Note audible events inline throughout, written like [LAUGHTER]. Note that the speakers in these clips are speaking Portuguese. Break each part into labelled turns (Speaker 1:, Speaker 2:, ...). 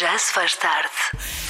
Speaker 1: Já se faz tarde.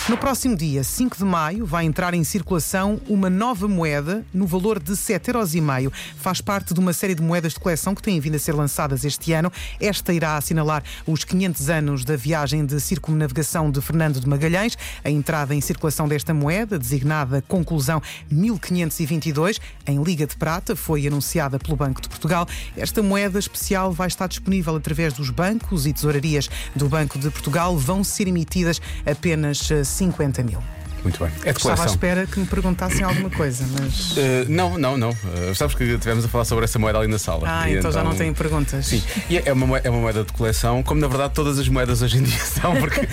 Speaker 2: No próximo dia 5 de maio vai entrar em circulação uma nova moeda no valor de 7,5€. Faz parte de uma série de moedas de coleção que têm vindo a ser lançadas este ano. Esta irá assinalar os 500 anos da viagem de circunnavigação de Fernando de Magalhães. A entrada em circulação desta moeda, designada Conclusão 1522, em Liga de Prata, foi anunciada pelo Banco de Portugal. Esta moeda especial vai estar disponível através dos bancos e tesourarias do Banco de Portugal. Vão ser emitidas apenas eh, 50 mil.
Speaker 3: Muito bem. É de
Speaker 2: Estava à
Speaker 3: coleção.
Speaker 2: espera que me perguntassem alguma coisa, mas.
Speaker 3: Eh, não, não, não. Eh, sabes que estivemos a falar sobre essa moeda ali na sala.
Speaker 2: Ah,
Speaker 3: E
Speaker 2: então já não tenho perguntas.
Speaker 3: Sim, e é uma, moe- é uma moeda de coleção, como na verdade todas as moedas hoje em dia [LAUGHS] são, porque.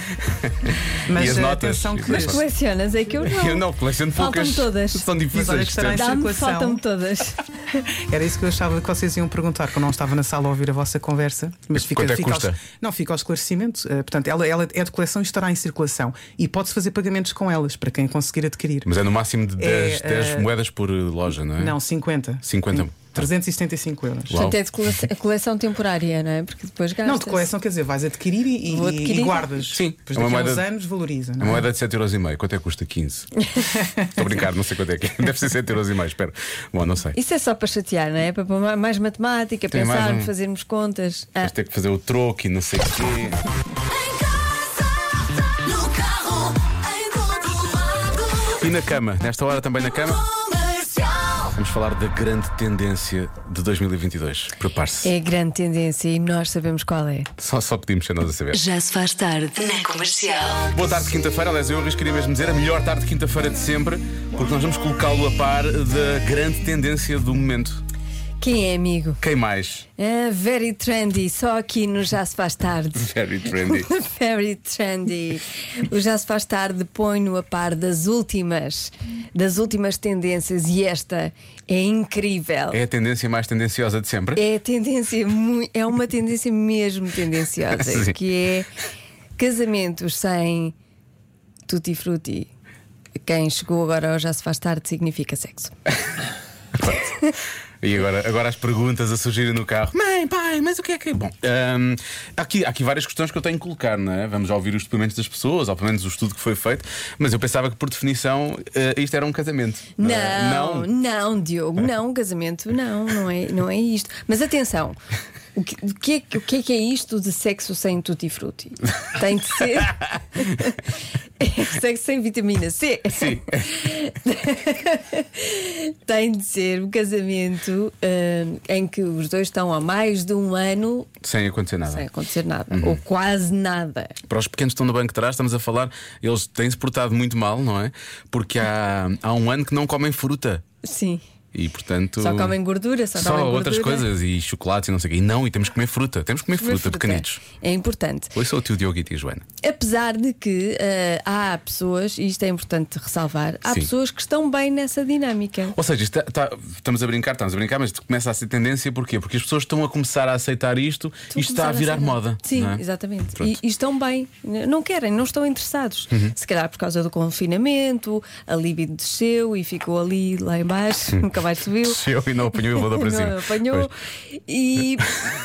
Speaker 2: Mas,
Speaker 3: e as
Speaker 2: eh,
Speaker 3: notas.
Speaker 2: atenção que-
Speaker 3: Mas
Speaker 2: Mas
Speaker 4: Colecionas, é que eu não.
Speaker 3: Eu não, coleciono
Speaker 4: Faltam-me
Speaker 3: poucas.
Speaker 4: todas.
Speaker 3: São
Speaker 2: Mas olha
Speaker 3: difíceis.
Speaker 2: que estará em
Speaker 3: portanto.
Speaker 4: Dá-me,
Speaker 2: Coleção.
Speaker 4: faltam-me todas.
Speaker 2: Era isso que eu achava que vocês iam perguntar, que eu não estava na sala a ouvir a vossa conversa. Mas fica,
Speaker 3: Quanto é que
Speaker 2: fica ao-
Speaker 3: custa?
Speaker 2: Não, fica ao esclarecimento. Eh, portanto, ela, ela é de coleção e estará em circulação. E pode-se fazer pagamentos com elas, para quem conseguir adquirir.
Speaker 3: Mas é no máximo de 10,
Speaker 2: É, eh,
Speaker 3: moedas por eh, loja, não é?
Speaker 2: Não, 50.
Speaker 3: 50.
Speaker 2: 375 euros.
Speaker 3: Uau.
Speaker 4: Portanto, é de cole- a coleção temporária, não é? Porque depois gastas.
Speaker 2: Não, de coleção, quer dizer, vais adquirir e,
Speaker 4: Vou
Speaker 2: e- e
Speaker 4: adquirir.
Speaker 2: guardas.
Speaker 3: Sim,
Speaker 2: Depois
Speaker 3: é
Speaker 2: daqui
Speaker 3: uma
Speaker 2: a
Speaker 3: moeda
Speaker 2: uns
Speaker 3: de-
Speaker 2: anos valoriza.
Speaker 3: A
Speaker 2: Não é?
Speaker 3: moeda é de 7,5€. Quanto é que custa?
Speaker 4: [LAUGHS]
Speaker 3: 15. Estou a brincar, não sei quanto é que é. Deve ser 7,5€, espera. Bom, não sei.
Speaker 4: Isso é só para chatear, não é? Para pôr ma- mais matemática,
Speaker 3: Tem mais
Speaker 4: pensar,
Speaker 3: um-
Speaker 4: fazermos contas. Ah,
Speaker 3: Vais ter que fazer o troco e não sei o quê.
Speaker 5: Em casa, no carro, em todo lado.
Speaker 3: E na cama, nesta hora também na cama.
Speaker 5: Comercial.
Speaker 3: Vamos falar da grande tendência de 2022. Prepare-se.
Speaker 4: é a grande tendência e nós sabemos qual é.
Speaker 3: Só, só pedimos sem nós a saber.
Speaker 1: Já se faz tarde. Na comercial.
Speaker 3: Boa tarde, quinta-feira. Aliás, eu arriscaria mesmo dizer a melhor tarde de quinta-feira de sempre, porque nós vamos colocá-lo a par da grande tendência do momento.
Speaker 4: Quem é amigo?
Speaker 3: Quem mais?
Speaker 4: Ah, very trendy, só aqui no Já Se Faz Tarde.
Speaker 3: [LAUGHS]
Speaker 4: [LAUGHS]
Speaker 3: Very trendy.
Speaker 4: Very trendy. O Já Se Faz Tarde põe-no a par das últimas, das últimas tendências e esta é incrível.
Speaker 3: É a tendência mais tendenciosa de sempre.
Speaker 4: É tendência, mui- é uma tendência
Speaker 3: [LAUGHS]
Speaker 4: mesmo
Speaker 3: Sim.
Speaker 4: tendenciosa, que é casamentos sem tutti frutti. Quem chegou agora ou já se faz tarde significa sexo.
Speaker 3: Ah, E agora, agora as perguntas a surgirem no carro. Mãe, pai, mas o que é que é? Bom, hum, há aqui, há aqui várias questões que eu tenho que colocar, não é? Vamos já ouvir os depoimentos das pessoas, ou pelo menos o estudo que foi feito, mas eu pensava que por definição eh, isto era um casamento. não é?
Speaker 4: Não, não, Diogo, não, casamento, não, não é, não é isto. Mas atenção, o que, o que é, que- o que é que é isto de sexo sem tutti frutti? Tem de
Speaker 3: [LAUGHS]
Speaker 4: ser [LAUGHS] É sexo sem vitamina C.
Speaker 3: Sim. É,
Speaker 4: [LAUGHS] Tem de ser um casamento hum, em que os dois estão há mais de um ano
Speaker 3: Sem acontecer nada.
Speaker 4: sem acontecer nada,
Speaker 3: Uhum.
Speaker 4: ou quase nada.
Speaker 3: Para os pequenos que estão no banco de trás, estamos a falar, eles têm-se portado muito mal, não é? Porque há, há um ano que não comem fruta.
Speaker 4: Sim.
Speaker 3: E portanto.
Speaker 4: Só comem gordura, só,
Speaker 3: Uhum. Só
Speaker 4: comem
Speaker 3: outras
Speaker 4: gordura.
Speaker 3: coisas e chocolates e não sei o quê. E não, e temos que comer fruta. Temos que comer,
Speaker 4: Comer
Speaker 3: fruta, pequenitos.
Speaker 4: É importante.
Speaker 3: Oi, sou o tio Diogo e a tia Joana.
Speaker 4: Apesar de que eh, há pessoas, e isto é importante ressalvar, há
Speaker 3: Sim.
Speaker 4: pessoas que estão bem nessa dinâmica.
Speaker 3: Ou seja, isto tá- tá- estamos a brincar, estamos a brincar, mas começa a ser tendência porquê? Porque as pessoas estão a começar a aceitar isto,
Speaker 4: Estão
Speaker 3: isto está a
Speaker 4: começar
Speaker 3: virar
Speaker 4: ser-
Speaker 3: moda.
Speaker 4: Sim,
Speaker 3: não é? [LAUGHS]
Speaker 4: exatamente.
Speaker 3: Pronto. Uhum.
Speaker 4: E, e estão bem, n- não querem, não estão interessados. Se calhar por causa do confinamento, a libido desceu e ficou ali lá embaixo, nunca mais subiu.
Speaker 3: Desceu e não apanhou o elevador Uhum. para
Speaker 4: Não,
Speaker 3: cima.
Speaker 4: apanhou. E,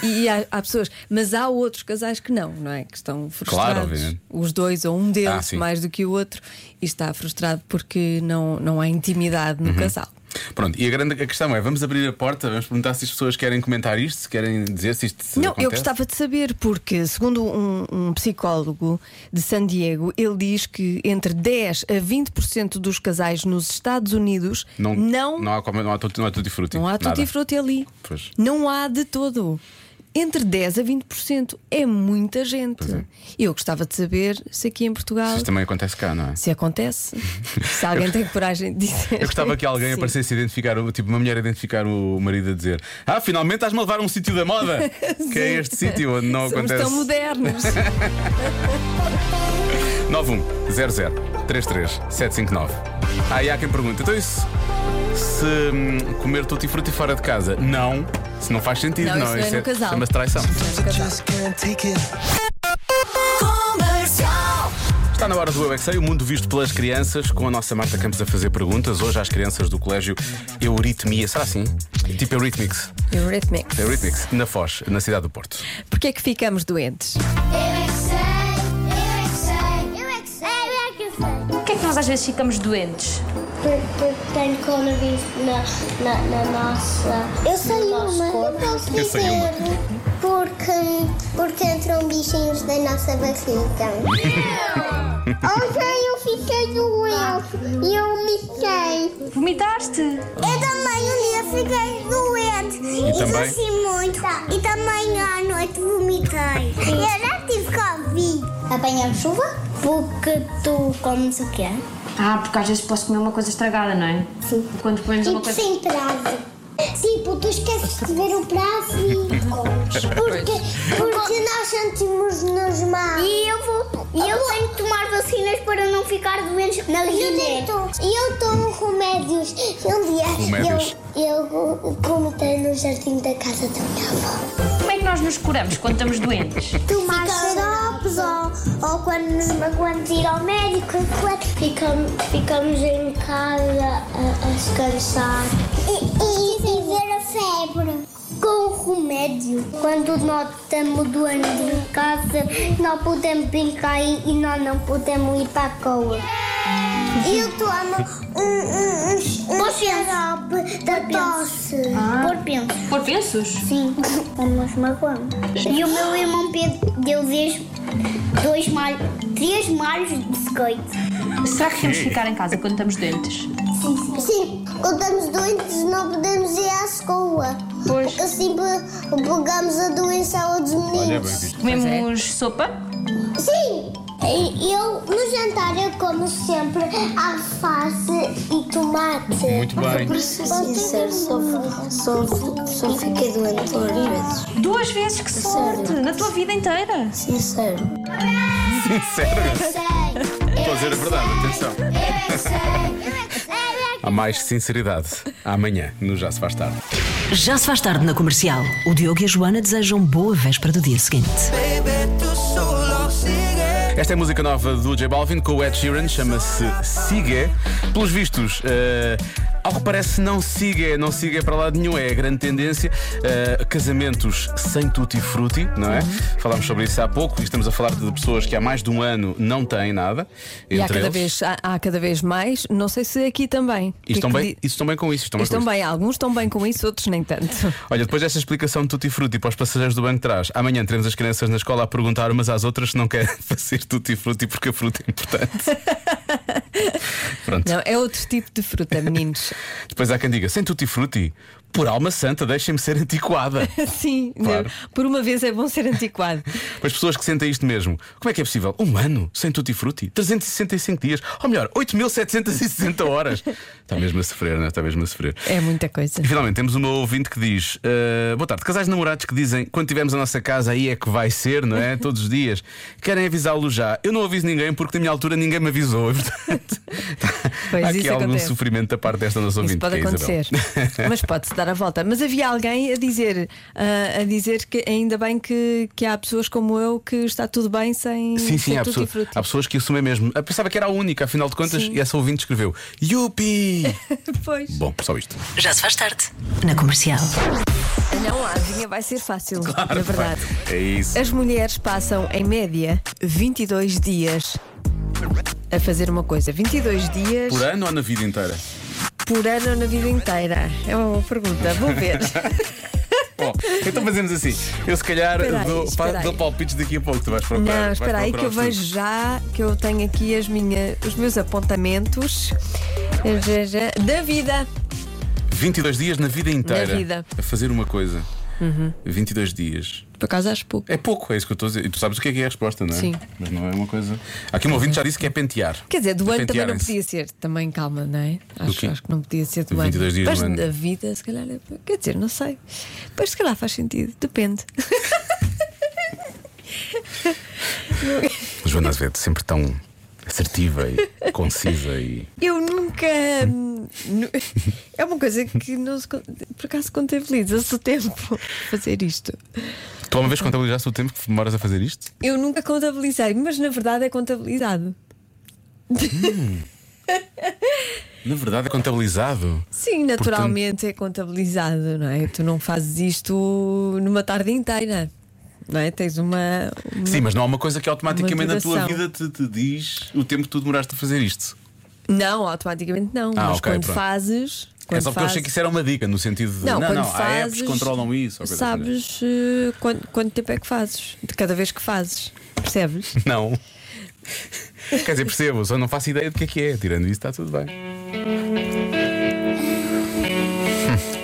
Speaker 4: e há, há pessoas, mas há outros casais que não, não é? Que estão frustrados.
Speaker 3: obviamente.
Speaker 4: Os dois ou um
Speaker 3: Ah,
Speaker 4: deles
Speaker 3: sim.
Speaker 4: mais do que o outro e está frustrado porque não, não há intimidade
Speaker 3: Uhum.
Speaker 4: no casal.
Speaker 3: Pronto, e a grande a questão é: vamos abrir a porta, vamos perguntar se as pessoas querem comentar isto, se querem dizer se isto se
Speaker 4: Não, eu
Speaker 3: acontece.
Speaker 4: gostava de saber, porque segundo um, um psicólogo de San Diego, ele diz que entre 10 a 20% dos casais nos Estados Unidos
Speaker 3: Não, não,
Speaker 4: não,
Speaker 3: há, como- não há tutti- não há tutti frutti.
Speaker 4: não há
Speaker 3: nada.
Speaker 4: tutti-frutti ali.
Speaker 3: Pois.
Speaker 4: Não há de todo. Entre 10 a 20% é muita gente.
Speaker 3: é.
Speaker 4: Eu gostava de saber se aqui em Portugal
Speaker 3: Isto também acontece cá, não é? [LAUGHS]
Speaker 4: se acontece. se alguém tem coragem de dizer.
Speaker 3: Eu gostava que alguém
Speaker 4: [LAUGHS] sim.
Speaker 3: aparecesse a identificar, o- tipo, uma mulher a identificar o marido a dizer: Ah, finalmente estás-me a levar a um sítio da
Speaker 4: [LAUGHS]
Speaker 3: moda! que é este sítio onde não
Speaker 4: Somos
Speaker 3: acontece.
Speaker 4: tão
Speaker 3: [LAUGHS]
Speaker 4: modernos.
Speaker 3: 910033759. Ah, e há quem pergunta: então isso? Se hum, comer tutti frutti fora de casa? Não, se não faz sentido,
Speaker 4: Não,
Speaker 3: não.
Speaker 4: isso não é no casal. é
Speaker 3: Chama-se traição.
Speaker 5: Comercial.
Speaker 3: Está na hora do Eu é Que Sei, o mundo visto pelas crianças, com a nossa Marta Campos a fazer perguntas. Hoje às crianças do colégio Euritmia. Será assim? Tipo Euritmics.
Speaker 4: Eurythmics.
Speaker 3: Euritmics, na Foz, na cidade do Porto.
Speaker 4: Porquê é que ficamos doentes?
Speaker 6: Eu é que sei, eu é que sei, é nós às vezes ficamos doentes?
Speaker 7: Porque tem coronavírus na, na, na nossa.
Speaker 8: Eu sei
Speaker 7: no nosso
Speaker 8: uma, eu
Speaker 7: corpo.
Speaker 8: posso
Speaker 3: Eu sei uma.
Speaker 8: dizer. Porque, porque entram bichinhos da
Speaker 7: [LAUGHS]
Speaker 8: nossa barriga. Hoje eu fiquei doente e eu mitei.
Speaker 6: Vomitaste?
Speaker 8: Eu também um dia fiquei doente assim
Speaker 3: E também?
Speaker 8: muito. E também à
Speaker 3: [LAUGHS]
Speaker 8: noite vomitei. eu já tive Covid. Apanhar chuva? Porque tu comes o quê?
Speaker 6: Ah, porque às vezes posso comer uma coisa estragada, não é?
Speaker 8: Sim.
Speaker 6: Quando pões uma
Speaker 8: Tipo
Speaker 6: coisa.
Speaker 8: sem prazo. Tipo, tu esqueces de ver o prazo
Speaker 6: [LAUGHS]
Speaker 8: e comes. Porque, porque nós sentimos-nos mal. E eu vou. E eu tenho que tomar vacinas para não ficar doente na Guiné. E eu tomo remédios. Um dia
Speaker 3: Remédios.
Speaker 8: eu, eu comentei no jardim da casa da minha avó.
Speaker 6: Como é que nós nos curamos quando estamos doentes?
Speaker 8: Tomar xaropes ou, ou quando nos magoamos ir ao médico.
Speaker 7: Ficamos, ficamos em casa a, a descansar.
Speaker 8: E, e, e ver a febre.
Speaker 7: Com o remédio, quando nós estamos doentes em casa, não podemos brincar e, e nós não podemos ir para a rua.
Speaker 8: Eu tomo um, um, um, um xarope da tosse.
Speaker 7: Por penso.
Speaker 6: Por pensos?
Speaker 7: Sim, vamos magoamos. E o meu irmão Pedro deu dez, dois malhos, três malhos de biscoito.
Speaker 6: Será que temos que ficar em casa quando estamos doentes?
Speaker 8: Sim, quando estamos doentes não podemos ir à escola.
Speaker 6: Pois.
Speaker 8: Porque assim pe- pegamos a doença aos
Speaker 3: Olha
Speaker 8: meninos.
Speaker 3: bem visto.
Speaker 8: é.
Speaker 6: Comemos sopa?
Speaker 8: Sim, eu no jantar eu como sempre alface e tomate.
Speaker 3: Muito [LAUGHS] bem.
Speaker 8: Sincero, só, só, só fiquei doente duas vezes.
Speaker 6: Duas vezes, que sorte! Na tua vida inteira!
Speaker 8: Sincero.
Speaker 3: Sincero.
Speaker 8: Estou
Speaker 3: Estou a dizer a verdade, atenção. Há mais sinceridade. Amanhã, no Já Se Faz Tarde.
Speaker 1: Já se faz tarde na comercial. O Diogo e a Joana desejam boa véspera do dia seguinte.
Speaker 3: Esta é a música nova do J Balvin com o Ed Sheeran, chama-se Siga. Pelos vistos, eh, ao que parece, não siga, não siga para lado nenhum, é a grande tendência. Eh, casamentos sem tutti-frutti, não é?
Speaker 4: Uhum.
Speaker 3: Falámos sobre isso há pouco e estamos a falar de pessoas que há mais de um ano não têm nada.
Speaker 4: E há
Speaker 3: entre
Speaker 4: cada,
Speaker 3: eles.
Speaker 4: vez, há, há cada vez mais, não sei se aqui também.
Speaker 3: E estão,
Speaker 4: Que
Speaker 3: bem,
Speaker 4: que
Speaker 3: e
Speaker 4: di-
Speaker 3: estão bem com isso. é Estão bem
Speaker 4: Estão
Speaker 3: com isso.
Speaker 4: bem, alguns estão bem com isso, outros
Speaker 3: [LAUGHS]
Speaker 4: nem tanto.
Speaker 3: Olha, depois desta explicação de Tutti Frutti para os passageiros do banco de trás, amanhã teremos as crianças na escola a perguntar umas às outras se não querem [LAUGHS] fazer Tutti Frutti porque a fruta é
Speaker 4: [LAUGHS]
Speaker 3: importante. Pronto.
Speaker 4: Não, é outro tipo de fruta, meninos. [LAUGHS]
Speaker 3: Depois há quem diga, sem Tutti Frutti, por alma santa, deixem-me ser
Speaker 4: [LAUGHS]
Speaker 3: antiquada.
Speaker 4: Sim,
Speaker 3: Claro.
Speaker 4: não, por uma vez é bom ser antiquado.
Speaker 3: Mas pessoas que sentem isto mesmo, como é que é possível? Um ano sem Tutti Frutti? 365 dias? Ou melhor, 8.760 horas? Está mesmo a sofrer, não é? Está mesmo a sofrer.
Speaker 4: É muita coisa.
Speaker 3: E finalmente temos uma ouvinte que diz: eh, Boa tarde, casais namorados que dizem quando tivermos a nossa casa aí é que vai ser, não é? Todos os dias. Querem avisá-lo já. Eu não aviso ninguém porque na minha altura ninguém me avisou. [LAUGHS] E, portanto,
Speaker 4: Pois,
Speaker 3: há aqui
Speaker 4: isso é
Speaker 3: algum
Speaker 4: acontece.
Speaker 3: sofrimento da parte desta nossa [LAUGHS]
Speaker 4: Isso
Speaker 3: ouvinte. que
Speaker 4: pode
Speaker 3: é a Isabel.
Speaker 4: acontecer, mas pode-se dar a volta. Mas havia alguém a dizer, ah, a dizer que ainda bem que, que há pessoas como eu que está tudo bem
Speaker 3: [LAUGHS]
Speaker 4: sem,
Speaker 3: Sim, sim,
Speaker 4: sem
Speaker 3: há,
Speaker 4: tutti
Speaker 3: pessoa-
Speaker 4: frutti.
Speaker 3: há pessoas que assumem mesmo. Eu pensava que era a única, afinal de contas, e essa ouvinte escreveu:
Speaker 4: [LAUGHS]
Speaker 3: Yupi!
Speaker 4: Pois.
Speaker 3: Bom, só isto.
Speaker 4: É
Speaker 1: Já se faz tarde na comercial.
Speaker 4: Não, a adivinha vai ser fácil, na verdade.
Speaker 3: É isso.
Speaker 4: As mulheres passam, em média, 22 dias a fazer uma coisa. 22 dias
Speaker 3: Por ano ou na vida inteira?
Speaker 4: por ano na vida inteira. É uma boa pergunta,
Speaker 3: [LAUGHS]
Speaker 4: vou ver.
Speaker 3: Bom, então fazemos assim. Eu se calhar
Speaker 4: Espera aí,
Speaker 3: dou,
Speaker 4: espera
Speaker 3: pa-
Speaker 4: aí.
Speaker 3: dou palpites daqui a pouco, tu vais procurar.
Speaker 4: Não,
Speaker 3: vais
Speaker 4: espera aí que eu
Speaker 3: procurar os
Speaker 4: vejo já que eu tenho aqui as minha, os meus apontamentos Já, já. da vida.
Speaker 3: 22 dias na vida inteira.
Speaker 4: Na vida. Uhum.
Speaker 3: A fazer uma coisa. 22 dias.
Speaker 4: Por acaso acho pouco.
Speaker 3: É pouco, é isso que eu estou a dizer. E tu sabes o que é que é a resposta, não é?
Speaker 4: Sim.
Speaker 3: Mas não é uma coisa. Aqui um ouvinte já disse que é pentear.
Speaker 4: Quer dizer, do ano também não
Speaker 3: Pentearem-se.
Speaker 4: podia ser. Também calma, não é? Acho,
Speaker 3: quê?
Speaker 4: acho que não podia ser do
Speaker 3: 22
Speaker 4: ano.
Speaker 3: dias
Speaker 4: Mas
Speaker 3: do ano.
Speaker 4: da vida, se calhar. é- Quer dizer, não sei. Mas se calhar faz sentido. Depende.
Speaker 3: Joana Azevedo, sempre tão assertiva
Speaker 4: [LAUGHS]
Speaker 3: e concisa e.
Speaker 4: Eu nunca. hum, nu- [LAUGHS] É uma coisa que não se. con- Por acaso contabiliza-se o tempo fazer isto.
Speaker 3: Tu uma vez contabilizaste o tempo que demoras a fazer isto?
Speaker 4: Eu nunca contabilizei, mas na verdade é contabilizado.
Speaker 3: Na verdade é contabilizado.
Speaker 4: Sim, naturalmente é contabilizado, não é? Tu não fazes isto numa tarde inteira, não é? Tens uma. uma-
Speaker 3: Sim, mas não há uma coisa que automaticamente na tua
Speaker 4: duração.
Speaker 3: vida te, te diz o tempo que tu demoraste a fazer isto.
Speaker 4: Não, automaticamente não.
Speaker 3: Ah,
Speaker 4: mas
Speaker 3: ok,
Speaker 4: quando
Speaker 3: pronto.
Speaker 4: fazes. Quando
Speaker 3: é só porque eu
Speaker 4: fazes,
Speaker 3: achei que isso era uma dica, no sentido de
Speaker 4: Não,
Speaker 3: não,
Speaker 4: quando
Speaker 3: não, há apps
Speaker 4: fazes.
Speaker 3: que controlam isso. ou coisa assim.
Speaker 4: Sabes eh, quanto, quanto tempo é que fazes? De cada vez que fazes. Percebes?
Speaker 3: Não. Quer dizer, percebo, só não faço ideia do que é que é. Tirando isso, está tudo bem.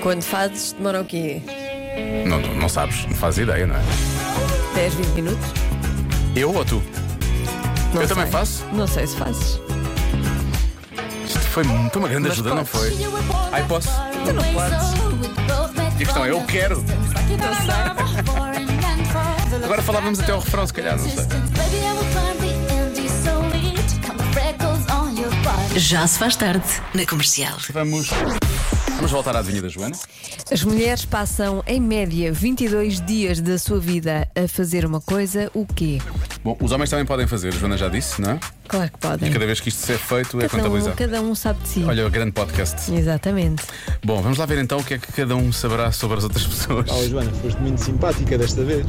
Speaker 4: Quando fazes, demora o quê?
Speaker 3: Não, não, não sabes, não fazes ideia, não é?
Speaker 4: 10, 20 minutos?
Speaker 3: Eu ou tu?
Speaker 4: Não
Speaker 3: eu também
Speaker 4: sei.
Speaker 3: faço.
Speaker 4: Não sei se fazes.
Speaker 3: Isto foi muito uma grande ajuda, não foi? Ai, posso?
Speaker 4: Tu não
Speaker 3: E a questão é, eu quero. Agora falávamos até ao refrão, se calhar, não sei.
Speaker 1: Já se faz tarde na comercial.
Speaker 3: Vamos. Vamos voltar à adivinha da Joana.
Speaker 4: As mulheres passam, em média, 22 dias da sua vida a fazer uma coisa, o quê?
Speaker 3: Bom, os homens também podem fazer, a Joana já disse, não é?
Speaker 4: Claro que podem.
Speaker 3: E cada vez que isto ser feito é
Speaker 4: Cada um,
Speaker 3: contabilizado.
Speaker 4: cada um sabe de si.
Speaker 3: Olha, o grande podcast.
Speaker 4: Exatamente.
Speaker 3: Bom, vamos lá ver então o que é que cada um saberá sobre as outras pessoas.
Speaker 9: Olha, Joana, foste muito simpática desta vez,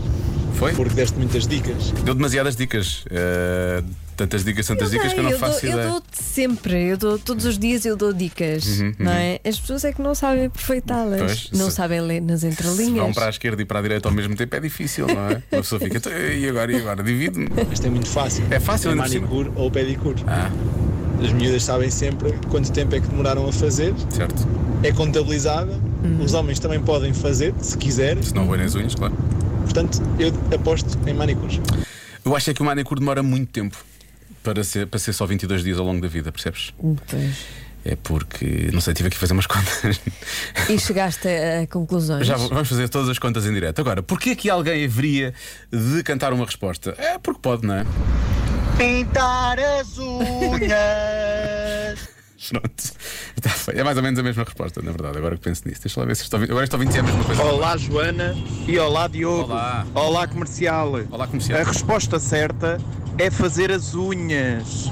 Speaker 3: Foi?
Speaker 9: porque deste muitas dicas.
Speaker 3: Deu demasiadas dicas. Eh, tantas dicas, tantas dicas que eu não
Speaker 4: eu
Speaker 3: faço
Speaker 4: dou,
Speaker 3: ideia. Uhum,
Speaker 4: eu dou-te sempre, eu dou todos os dias eu dou dicas, não é? As pessoas é que não sabem aproveitá-las,
Speaker 3: Pois,
Speaker 4: não
Speaker 3: se-
Speaker 4: sabem ler nas
Speaker 3: Se vão
Speaker 4: entrelinhas.
Speaker 3: para a esquerda e para a direita ao mesmo tempo é difícil, não é? Uma pessoa fica, "Então, e agora, e agora? Divido-me.
Speaker 9: Isto é muito fácil.
Speaker 3: É fácil,
Speaker 9: é
Speaker 3: ainda por cima.
Speaker 9: manicure ou pedicure.
Speaker 10: Ah.
Speaker 3: Ah,
Speaker 9: As miúdas sabem sempre quanto tempo é que demoraram a fazer,
Speaker 3: Certo.
Speaker 9: é contabilizada. Os homens também podem fazer, se quiserem.
Speaker 3: Se não roem as unhas, claro.
Speaker 9: Portanto, eu aposto em manicures.
Speaker 3: Eu acho é que o manicure demora muito tempo para ser, para ser só 22 dias ao longo da vida, percebes?
Speaker 4: Pois.
Speaker 3: É porque, não sei, tive aqui a fazer umas [LAUGHS] contas.
Speaker 4: E chegaste a, a conclusões.
Speaker 3: Já v- vamos fazer todas as contas em direto. Agora, porquê que alguém haveria de cantar uma resposta? É porque pode, não é? [LAUGHS]
Speaker 10: Pintar as unhas.
Speaker 3: Pronto. Está feito. É mais ou menos a mesma resposta, na verdade, agora que penso nisso. Deixa lá ver se estou a ouvir. Agora estou a ouvir dizer a mesma coisa.
Speaker 10: [LAUGHS] Olá, Joana. E olá, Diogo.
Speaker 3: Olá.
Speaker 10: Olá, comercial.
Speaker 3: Olá, comercial.
Speaker 10: A resposta certa é fazer as unhas.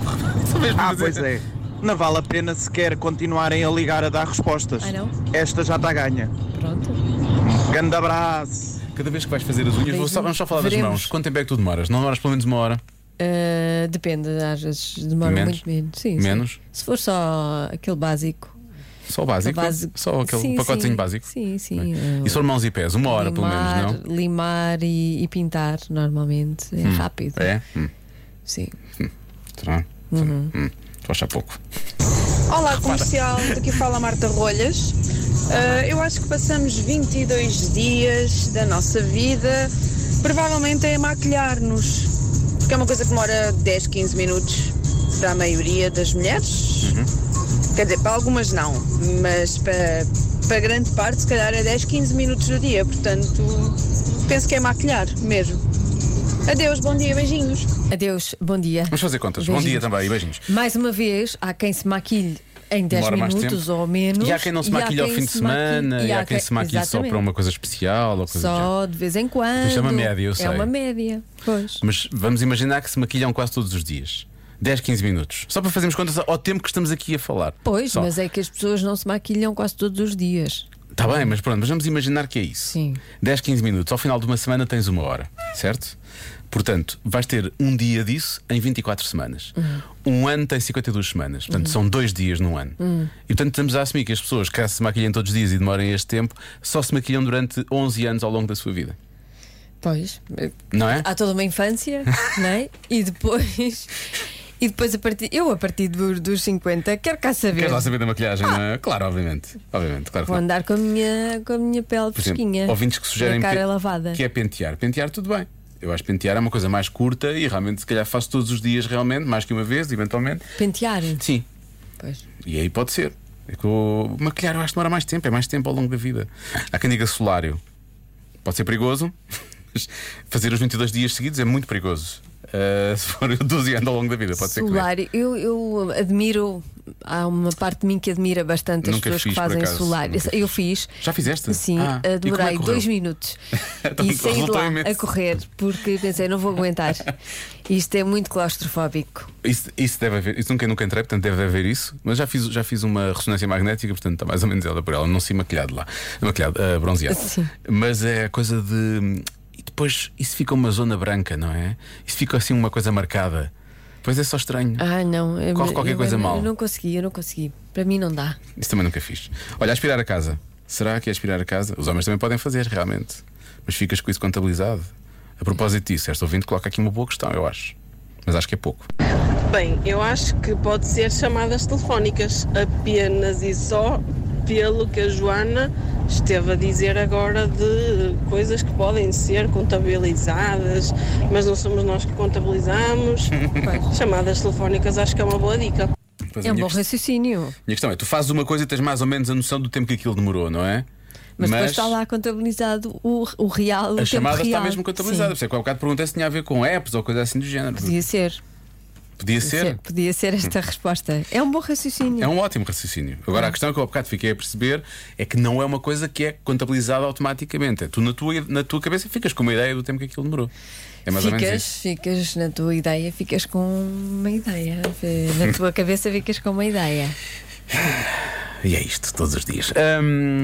Speaker 10: ah, pois é. Não vale a pena sequer continuarem a ligar a dar respostas.
Speaker 4: Ai, não?
Speaker 10: Esta já está ganha.
Speaker 4: Pronto.
Speaker 10: Grande abraço.
Speaker 3: Cada vez que vais fazer as unhas, vou só- vamos só falar das
Speaker 4: Veremos.
Speaker 3: mãos. Quanto tempo é que tu demoras? Não demoras pelo menos uma hora?
Speaker 4: Ah, depende, às vezes demora
Speaker 3: Menos?
Speaker 4: muito menos. Sim,
Speaker 3: Menos?
Speaker 4: sim. Se for só aquele básico.
Speaker 3: Só o básico?
Speaker 4: o básico.
Speaker 3: Só aquele
Speaker 4: Sim,
Speaker 3: pacotezinho
Speaker 4: sim.
Speaker 3: básico?
Speaker 4: Sim, sim.
Speaker 3: Bem.
Speaker 4: Ah,
Speaker 3: E sobre mãos e pés? Uma hora,
Speaker 4: limar,
Speaker 3: pelo menos,
Speaker 4: Limar e, e pintar, normalmente. É rápido.
Speaker 3: não? É? Hum.
Speaker 4: Sim.
Speaker 3: Será? Uhum. Hum. Estou a achar pouco.
Speaker 11: Olá comercial, daqui fala a Marta Rolhas. Ah, eu acho que passamos 22 dias da nossa vida, provavelmente a maquilhar-nos, porque é uma coisa que demora 10, 15 minutos para a maioria das mulheres. Quer dizer, para algumas não, mas para, para grande parte, se calhar é 10, 15 minutos do dia, portanto, penso que é maquilhar mesmo. Adeus, bom dia, beijinhos.
Speaker 4: Adeus, bom dia.
Speaker 3: Vamos fazer contas. Bom dia
Speaker 4: Beijinhos.
Speaker 3: também e beijinhos.
Speaker 4: Mais uma vez, há quem se maquilhe em 10
Speaker 3: Demora mais
Speaker 4: minutos
Speaker 3: tempo.
Speaker 4: ou menos.
Speaker 3: E há quem não se
Speaker 4: e há
Speaker 3: maquilha ao
Speaker 4: quem
Speaker 3: fim de
Speaker 4: se maquilhe-
Speaker 3: semana, e há quem se maquilha só
Speaker 4: Exatamente.
Speaker 3: para uma coisa especial ou coisa do género.
Speaker 4: Só de vez em quando.
Speaker 3: Isto é uma média, eu sei.
Speaker 4: É uma média, pois.
Speaker 3: Mas vamos imaginar que se maquilham quase todos os dias. 10, 15 minutos. Só para fazermos contas ao tempo que estamos aqui a falar.
Speaker 4: Pois,
Speaker 3: Só.
Speaker 4: mas é que as pessoas não se maquilham quase todos os dias.
Speaker 3: Está Tá bem, mas pronto, mas vamos imaginar que é isso.
Speaker 4: Sim.
Speaker 3: 10, 15 minutos. Ao final de uma semana tens uma hora, certo? Portanto, vais ter um dia disso em 24 semanas. Um ano tem 52 semanas. Portanto, são dois dias num ano. E portanto, estamos a assumir que as pessoas, caso se maquilhem todos os dias e demorem este tempo, só se maquilham durante 11 anos ao longo da sua vida.
Speaker 4: Pois.
Speaker 3: Não é?
Speaker 4: Há toda
Speaker 3: [LAUGHS]
Speaker 4: uma infância, não é? E depois. E depois, a partir, eu a partir do- dos 50, quero cá saber.
Speaker 3: Queres lá saber da maquilhagem? não é? Claro, obviamente. Obviamente, claro que
Speaker 4: Vou
Speaker 3: não.
Speaker 4: andar com a minha, com a minha pele
Speaker 3: Por exemplo,
Speaker 4: fresquinha.
Speaker 3: ouvintes que sugerem
Speaker 4: a cara
Speaker 3: pe-
Speaker 4: lavada.
Speaker 3: que é pentear. Pentear, tudo bem. Eu acho que pentear é uma coisa mais curta e realmente, se calhar, faço todos os dias, realmente, mais que uma vez, eventualmente.
Speaker 4: Pentear.
Speaker 3: Sim,
Speaker 4: Pois.
Speaker 3: E aí pode ser. É que o maquilhar eu acho que demora mais tempo, é mais tempo ao longo da vida. Há quem diga solário. Pode ser perigoso, [LAUGHS] mas fazer os 22 dias seguidos é muito perigoso. Ah, [LAUGHS] se for 12 anos ao longo da vida, pode ser que dê.
Speaker 4: Solário, eu, eu admiro, há uma parte de mim que admira bastante as
Speaker 3: Nunca
Speaker 4: pessoas
Speaker 3: fiz,
Speaker 4: que
Speaker 3: por
Speaker 4: fazem
Speaker 3: acaso.
Speaker 4: solário.
Speaker 3: Nunca
Speaker 4: Eu fiz.
Speaker 3: Já fizeste?
Speaker 4: Sim,
Speaker 3: Ah, e como é que
Speaker 4: demorei
Speaker 3: correu?
Speaker 4: dois minutos
Speaker 3: [LAUGHS] Então,
Speaker 4: e saí de
Speaker 3: resultou
Speaker 4: lá
Speaker 3: imenso.
Speaker 4: a correr porque pensei, não vou
Speaker 3: [LAUGHS]
Speaker 4: aguentar. Isto é muito claustrofóbico.
Speaker 3: Isso, isso deve haver, isso nunca, nunca entrei, portanto deve haver isso. Mas já fiz, já fiz uma ressonância magnética, portanto está mais ou menos ela por ela. Não sei maquilhado lá, maquilhado, ah, bronzeado.
Speaker 4: Sim.
Speaker 3: Mas é a coisa de. hum, E depois isso fica uma zona branca, não é? Isso fica assim uma coisa marcada. Pois é só estranho.
Speaker 4: Ah, não. eu-
Speaker 3: Corre qualquer
Speaker 4: eu-
Speaker 3: coisa
Speaker 4: eu-
Speaker 3: mal.
Speaker 4: Eu não consegui, eu não consegui. Para mim não dá.
Speaker 3: Isso também nunca fiz. Olha, aspirar a casa. Será que é aspirar a casa? Os homens também podem fazer, realmente. Mas ficas com isso contabilizado. A propósito disso, esta ouvinte coloca aqui uma boa questão, eu acho. Mas acho que é pouco.
Speaker 12: Bem, eu acho que pode ser chamadas telefónicas apenas e só pelo que a Joana esteve a dizer agora de coisas que podem ser contabilizadas, mas não somos nós que
Speaker 10: [LAUGHS]
Speaker 12: contabilizamos. chamadas telefónicas acho que é uma boa dica.
Speaker 3: Pois
Speaker 4: é
Speaker 3: a
Speaker 4: um
Speaker 3: minha
Speaker 4: bom
Speaker 3: quest-
Speaker 4: raciocínio.
Speaker 3: Minha questão é: tu fazes uma coisa e tens mais ou menos a noção do tempo que aquilo demorou, não é?
Speaker 4: Mas, depois está lá contabilizado o, o real. o
Speaker 3: a
Speaker 4: tempo
Speaker 3: chamada está
Speaker 4: real.
Speaker 3: mesmo contabilizada. Por isso
Speaker 4: Sim,
Speaker 3: é que há bocado perguntei se tinha a ver com apps ou coisa assim do género.
Speaker 4: Podia ser.
Speaker 3: Podia ser. Hum.
Speaker 4: Podia ser esta resposta. É um bom raciocínio.
Speaker 3: É um ótimo raciocínio. Agora, a questão que eu há bocado fiquei a perceber é que não é uma coisa que é contabilizada automaticamente. É Tu, na tua, na tua cabeça, ficas com uma ideia do tempo que aquilo demorou. É mais ou menos
Speaker 4: ficas,
Speaker 3: isso.
Speaker 4: ficas na tua ideia, ficas com uma ideia. Na tua cabeça ficas com uma ideia.
Speaker 3: E é isto, todos os dias. Hum,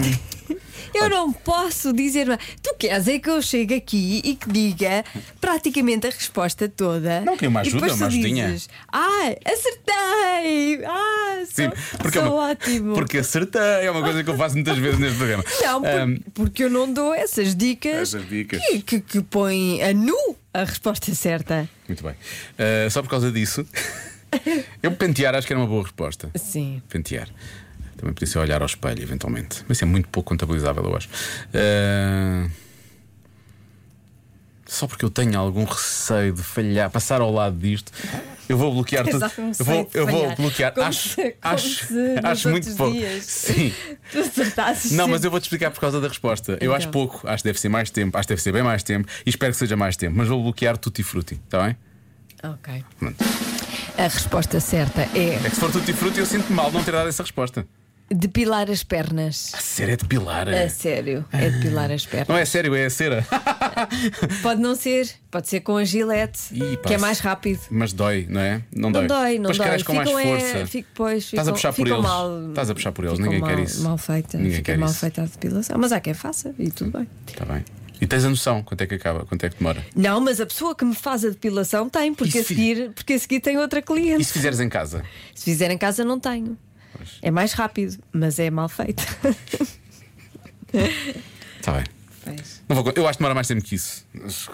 Speaker 4: Eu não posso dizer. Tu queres é que eu chegue aqui e que diga praticamente a resposta toda. Não,
Speaker 3: quem me ajuda,
Speaker 4: e depois tu
Speaker 3: uma ajudinha.
Speaker 4: Dizes, Ai, acertei! Ah, sou,
Speaker 3: sim, porque, é
Speaker 4: sou
Speaker 3: uma-
Speaker 4: ótimo!
Speaker 3: porque acertei. É uma coisa que eu faço muitas vezes neste programa.
Speaker 4: Não, por-
Speaker 3: Hum,
Speaker 4: porque eu não dou essas dicas,
Speaker 3: Essas dicas.
Speaker 4: Que, que, que põem a nu a resposta certa.
Speaker 3: muito bem. Ah, só por causa disso,
Speaker 4: [LAUGHS]
Speaker 3: eu pentear acho que era uma boa resposta.
Speaker 4: Sim.
Speaker 3: Pentear. Também podia ser olhar ao espelho, eventualmente. Mas isso é muito pouco contabilizável, eu acho. Ah, Só porque eu tenho algum receio de falhar, passar ao lado disto, eu vou bloquear
Speaker 4: [LAUGHS] Tens
Speaker 3: tudo.
Speaker 4: algum
Speaker 3: Eu vou,
Speaker 4: um receio de
Speaker 3: eu vou
Speaker 4: falhar.
Speaker 3: bloquear.
Speaker 4: Como
Speaker 3: acho
Speaker 4: se- como
Speaker 3: acho,
Speaker 4: se nos
Speaker 3: acho muito
Speaker 4: outros
Speaker 3: pouco.
Speaker 4: dias.
Speaker 3: Sim.
Speaker 4: [LAUGHS] Tu acertasses.
Speaker 3: Não, mas
Speaker 4: sempre.
Speaker 3: eu vou te explicar por causa da resposta. Eu
Speaker 4: Então.
Speaker 3: acho pouco, acho que deve ser mais tempo, acho que deve ser bem mais tempo e espero que seja mais tempo. Mas vou bloquear tutti frutti, está bem?
Speaker 4: Ok.
Speaker 3: Pronto.
Speaker 4: A resposta certa é
Speaker 3: É que se for tutti frutti, eu sinto mal de não ter dado essa resposta.
Speaker 4: depilar as pernas. A
Speaker 3: Cera é depilar.
Speaker 4: A sério, é depilar as pernas.
Speaker 3: Não é sério, é a cera.
Speaker 4: [LAUGHS] Pode não ser, pode ser com a gilete,
Speaker 3: Ih, pá,
Speaker 4: que é mais rápido.
Speaker 3: Mas dói, não é? Não dói.
Speaker 4: Não dói, não
Speaker 3: Depois
Speaker 4: dói.
Speaker 3: queres com mais
Speaker 4: Ficam, é,
Speaker 3: força.
Speaker 4: fico- pois,
Speaker 3: Estás a
Speaker 4: ficam-
Speaker 3: puxar por
Speaker 4: ficam
Speaker 3: eles.
Speaker 4: mal-
Speaker 3: Estás a puxar por eles,
Speaker 4: ficam
Speaker 3: ninguém quer
Speaker 4: mal-
Speaker 3: isso.
Speaker 4: Mal feita,
Speaker 3: Ninguém
Speaker 4: fica
Speaker 3: quer
Speaker 4: mal
Speaker 3: isso.
Speaker 4: feita a depilação. Mas há quem faça e tudo bem.
Speaker 3: Está bem. E tens a noção quanto é que acaba, quanto é que demora.
Speaker 4: Não, mas a pessoa que me faz a depilação tem, porque, a seguir, porque a seguir tem outra cliente.
Speaker 3: E se fizeres em casa?
Speaker 4: Se fizer em casa, não tenho. É mais rápido, mas é mal feito.
Speaker 3: Está Tá bem.
Speaker 4: [LAUGHS]
Speaker 3: Não vou, eu acho que demora mais tempo que isso. [LAUGHS] Mas-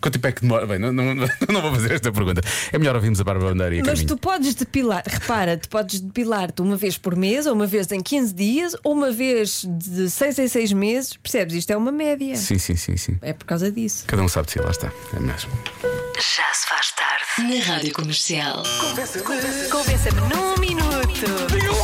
Speaker 3: Quanto tempo é que demora? Bem, não, não- [LAUGHS] não vou fazer esta pergunta. É melhor ouvirmos a Bárbara Bandeira e a
Speaker 4: Mas
Speaker 3: Caminho.
Speaker 4: tu podes depilar, repara, tu podes depilar-te uma vez por mês, ou uma vez em 15 dias, ou uma vez de 6 em 6 meses, percebes? Isto é uma média.
Speaker 3: Sim, sim, sim, sim.
Speaker 4: É por causa disso.
Speaker 3: Cada um sabe de si, lá está. É mesmo.
Speaker 1: Já se faz tarde na Rádio Comercial.
Speaker 5: Convença-me num minuto.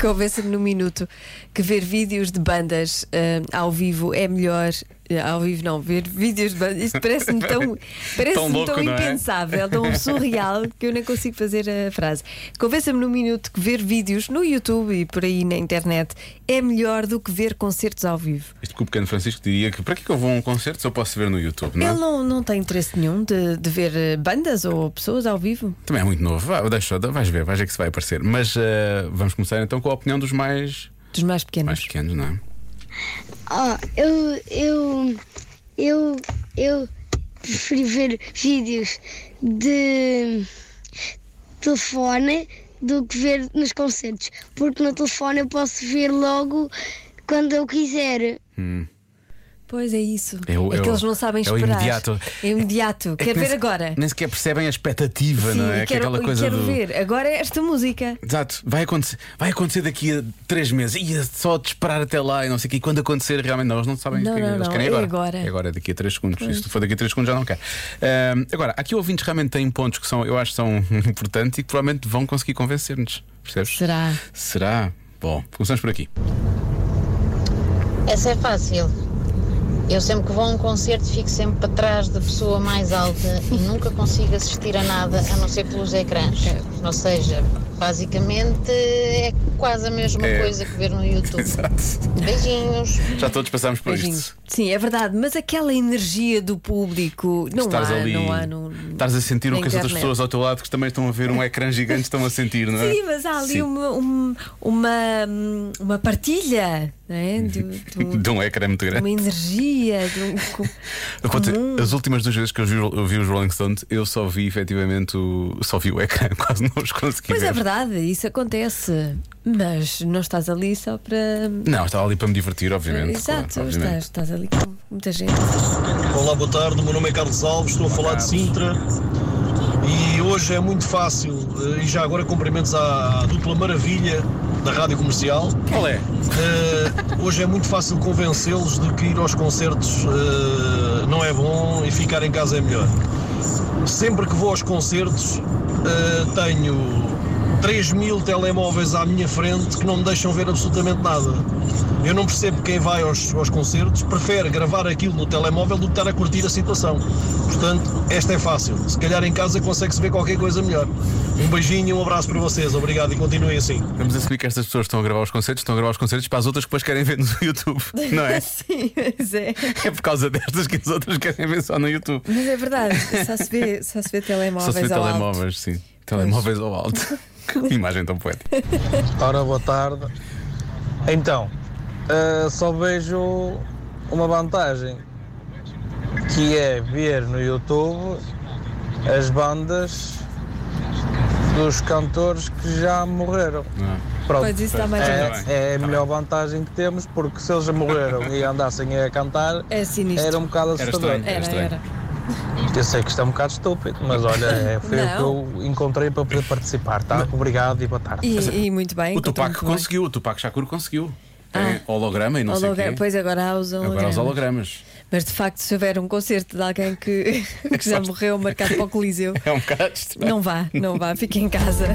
Speaker 4: Convença-me num minuto que ver vídeos de bandas eh, ao vivo é melhor. eh, Ao vivo não, ver vídeos de bandas. Isto parece-me
Speaker 5: [LAUGHS]
Speaker 4: tão, parece
Speaker 5: Tão
Speaker 4: tão,
Speaker 5: louco, não é?
Speaker 4: impensável, tão surreal que eu nem consigo fazer a frase. Convença-me num minuto que ver vídeos no YouTube e por aí na internet é melhor do que ver concertos ao vivo.
Speaker 3: Isto que o pequeno Francisco diria que para que é que eu vou a um concerto se eu posso ver no YouTube, não é?
Speaker 4: Ele não, não tem interesse nenhum de, de ver eh, bandas ou pessoas ao vivo.
Speaker 3: Também é muito novo. Vá, deixa, vais ver, vais ver que se vai aparecer. Mas eh, vamos começar então com a opinião dos mais.
Speaker 4: Dos mais pequenos.
Speaker 3: Mais pequenos, não é?
Speaker 13: Ah, eu, eu, eu, eu prefiro ver vídeos de telefone do que ver nos concertos, porque no telefone eu posso ver logo quando eu quiser.
Speaker 4: Pois é isso.
Speaker 3: É o-
Speaker 4: é
Speaker 3: é
Speaker 4: que
Speaker 3: o-
Speaker 4: eles não sabem
Speaker 3: é o
Speaker 4: esperar.
Speaker 3: imediato.
Speaker 4: É imediato.
Speaker 3: que
Speaker 4: Quer
Speaker 3: nem
Speaker 4: ver
Speaker 3: se-
Speaker 4: agora.
Speaker 3: Nem sequer percebem a expectativa,
Speaker 4: Sim,
Speaker 3: não é? Que é
Speaker 4: quero,
Speaker 3: aquela coisa
Speaker 4: quero
Speaker 3: do.
Speaker 4: ver. Agora é esta música.
Speaker 3: Exato, vai acontecer, vai acontecer daqui a três meses. E é só de esperar até lá e não sei o que. E quando acontecer, realmente, não, eles não sabem
Speaker 4: Não,
Speaker 3: o que
Speaker 4: não,
Speaker 3: eles
Speaker 4: não,
Speaker 3: querem
Speaker 4: é
Speaker 3: agora.
Speaker 4: agora.
Speaker 3: É agora, é daqui a três segundos.
Speaker 4: Pois.
Speaker 3: Se for daqui a três segundos, já não quer. Ahm, agora, aqui ouvintes realmente têm pontos que são, eu acho que são [LAUGHS] importantes e que provavelmente vão conseguir convencer-nos. Percebes?
Speaker 4: Será?
Speaker 3: Será? Bom, começamos por aqui.
Speaker 14: Essa é fácil. Eu sempre que vou a um concerto fico sempre para trás da pessoa mais alta e nunca consigo assistir a nada a não ser pelos ecrãs. Ou seja, basicamente é quase a mesma
Speaker 3: É.
Speaker 14: coisa que ver no YouTube.
Speaker 3: [LAUGHS] Exato.
Speaker 14: Beijinhos.
Speaker 3: Já todos passámos por
Speaker 14: Beijinhos.
Speaker 3: isto.
Speaker 4: Sim, é verdade, mas aquela energia do público não
Speaker 3: Estás
Speaker 4: há,
Speaker 3: ali.
Speaker 4: não há no.
Speaker 3: Estás a sentir
Speaker 4: na
Speaker 3: o que as outras
Speaker 4: internet.
Speaker 3: pessoas ao teu lado que também estão a ver um ecrã gigante estão a sentir, não é?
Speaker 4: Sim, mas há ali
Speaker 3: Sim.
Speaker 4: uma, um- uma, hum, uma partilha não
Speaker 3: Uhum.
Speaker 4: é? de, de um-
Speaker 3: De um ecrã muito
Speaker 4: de uma
Speaker 3: grande.
Speaker 4: energia. de um
Speaker 3: [LAUGHS]
Speaker 4: co-
Speaker 3: Eu vou dizer,
Speaker 4: comum.
Speaker 3: as últimas duas vezes que eu vi, eu vi os Rolling Stones, eu só vi efetivamente o, só vi o [LAUGHS] ecrã, quase não os consegui
Speaker 4: Pois
Speaker 3: ver.
Speaker 4: é verdade, isso acontece, mas não estás ali só para.
Speaker 3: Não, estava ali para me divertir, obviamente.
Speaker 4: Exato,
Speaker 3: claro, obviamente.
Speaker 4: estás, estás ali com muita gente. [LAUGHS]
Speaker 15: Olá, boa tarde. O meu nome é Carlos Alves, estou a falar de Sintra. E hoje é muito fácil, eh, e já agora cumprimentos à, à dupla maravilha da rádio comercial.
Speaker 3: Qual é?
Speaker 15: hoje é muito fácil convencê-los de que ir aos concertos eh, não é bom e ficar em casa é melhor. Sempre que vou aos concertos, eh, tenho 3 mil telemóveis à minha frente que não me deixam ver absolutamente nada. Eu não percebo quem vai aos, aos concertos, prefere gravar aquilo no telemóvel do que estar a curtir a situação. Portanto, esta é fácil. Se calhar em casa consegue-se ver qualquer coisa melhor. Um beijinho e um abraço para vocês. Obrigado e continuem assim.
Speaker 3: Vamos assumir que estas pessoas estão a gravar os concertos, estão a gravar os concertos para as outras que depois querem ver no [LAUGHS] YouTube, não
Speaker 4: [LAUGHS]
Speaker 3: é?
Speaker 4: Sim, mas é.
Speaker 3: É por causa destas que as outras querem ver só no YouTube.
Speaker 4: Mas é verdade, só se vê, só se vê
Speaker 3: Só
Speaker 4: telemóveis.
Speaker 3: se vê
Speaker 4: ao alto.
Speaker 3: telemóveis, sim. Telemóveis ao alto. Que Imagem tão poética.
Speaker 16: Ora, boa tarde. Então, eh, só vejo uma vantagem, que é ver no YouTube as bandas dos cantores que já morreram.
Speaker 4: [LAUGHS]
Speaker 16: Pronto,
Speaker 4: Pois, isso dá mais
Speaker 16: é,
Speaker 4: jeito.
Speaker 16: é a melhor vantagem que temos, porque se eles já morreram e andassem a cantar,
Speaker 4: É
Speaker 16: era um bocado
Speaker 4: Era
Speaker 16: assustador.
Speaker 4: estranho, era Era, estranho. era.
Speaker 16: Eu sei que isto é um bocado estúpido, mas olha, é, foi
Speaker 4: Não.
Speaker 16: o que eu encontrei para poder participar, tá? Obrigado e boa tarde.
Speaker 4: E, e muito bem.
Speaker 3: é O Tupac conseguiu, o Tupac Shakur conseguiu. É holograma e não
Speaker 4: Ah. Hologra-
Speaker 3: sei o quê.
Speaker 4: Pois agora há os
Speaker 3: Agora
Speaker 4: hologramas.
Speaker 3: os hologramas.
Speaker 4: Mas de facto, se houver um concerto de alguém que, [LAUGHS] que já morreu marcado para o Coliseu,
Speaker 3: [LAUGHS] É um bocado estranho.
Speaker 4: não vá, não vá, fique em casa.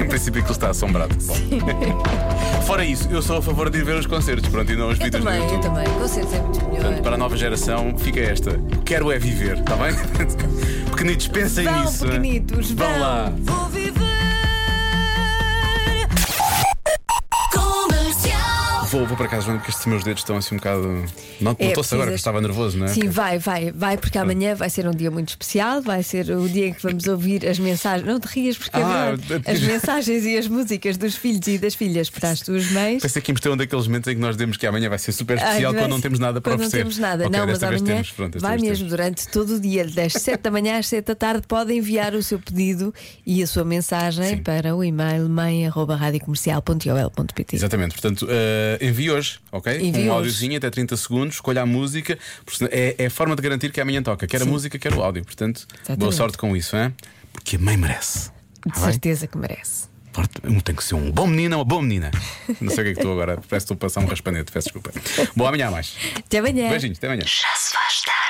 Speaker 3: Em princípio aquilo está assombrado. Bom. Fora isso, eu sou a favor de ir ver os concertos, pronto, e não os vídeos no
Speaker 4: Também, eu
Speaker 3: YouTube.
Speaker 4: também. Concerto é muito melhor.
Speaker 3: Portanto, para a nova geração, fica esta. Quero é viver, está bem? [LAUGHS] Pequenitos, pensem
Speaker 4: Vão,
Speaker 3: nisso.
Speaker 4: pequenitos,
Speaker 3: vão.
Speaker 4: vão.
Speaker 3: lá.
Speaker 5: Vou viver.
Speaker 3: Vou, vou para casa, Joana, porque estes meus dedos estão assim um bocado. Não
Speaker 4: É,
Speaker 3: não estou-se agora,
Speaker 4: precisas-
Speaker 3: porque estava nervoso, não é? Ah.
Speaker 4: Sim, vai, vai, vai, porque amanhã vai ser um dia muito especial. Vai ser o dia em que vamos ouvir as mensagens. Não te rias, porque é
Speaker 3: Ah,
Speaker 4: verdade.
Speaker 3: eu te-
Speaker 4: as mensagens e as músicas dos filhos e das filhas para as tuas mães.
Speaker 3: Pensei que íamos ter um daqueles momentos em que nós demos que amanhã vai ser super
Speaker 4: Ai,
Speaker 3: especial
Speaker 4: vai
Speaker 3: quando não
Speaker 4: ser-
Speaker 3: temos nada para
Speaker 4: quando
Speaker 3: oferecer.
Speaker 4: Não temos nada,
Speaker 3: Ok,
Speaker 4: não, mas
Speaker 3: desta vez
Speaker 4: amanhã
Speaker 3: temos. Pronto, desta
Speaker 4: vai
Speaker 3: vez
Speaker 4: mesmo durante todo o dia, das 7 da manhã às 7 da tarde, pode enviar o seu pedido e a sua mensagem para o e-mail mãe.radiocomercial.ol.pt.
Speaker 3: Exatamente, portanto, eh, envie hoje, ok?
Speaker 4: Envie
Speaker 3: um
Speaker 4: hoje.
Speaker 3: áudiozinho até 30 segundos, escolha a música, porque senão- é, é a forma de garantir que amanhã toca, quer a
Speaker 4: Sim.
Speaker 3: música, quer o áudio. Portanto, boa
Speaker 4: Exatamente.
Speaker 3: sorte com isso, hein? porque a mãe merece.
Speaker 4: De
Speaker 3: bem.
Speaker 4: certeza que merece.
Speaker 3: Tem que ser um bom menino ou uma boa menina. Não sei o que é que estou agora, parece que estou a passar um raspanete, peço desculpa. Bom, amanhã há mais.
Speaker 4: Até amanhã.
Speaker 3: Beijinhos, até amanhã.
Speaker 5: Já se faz tarde.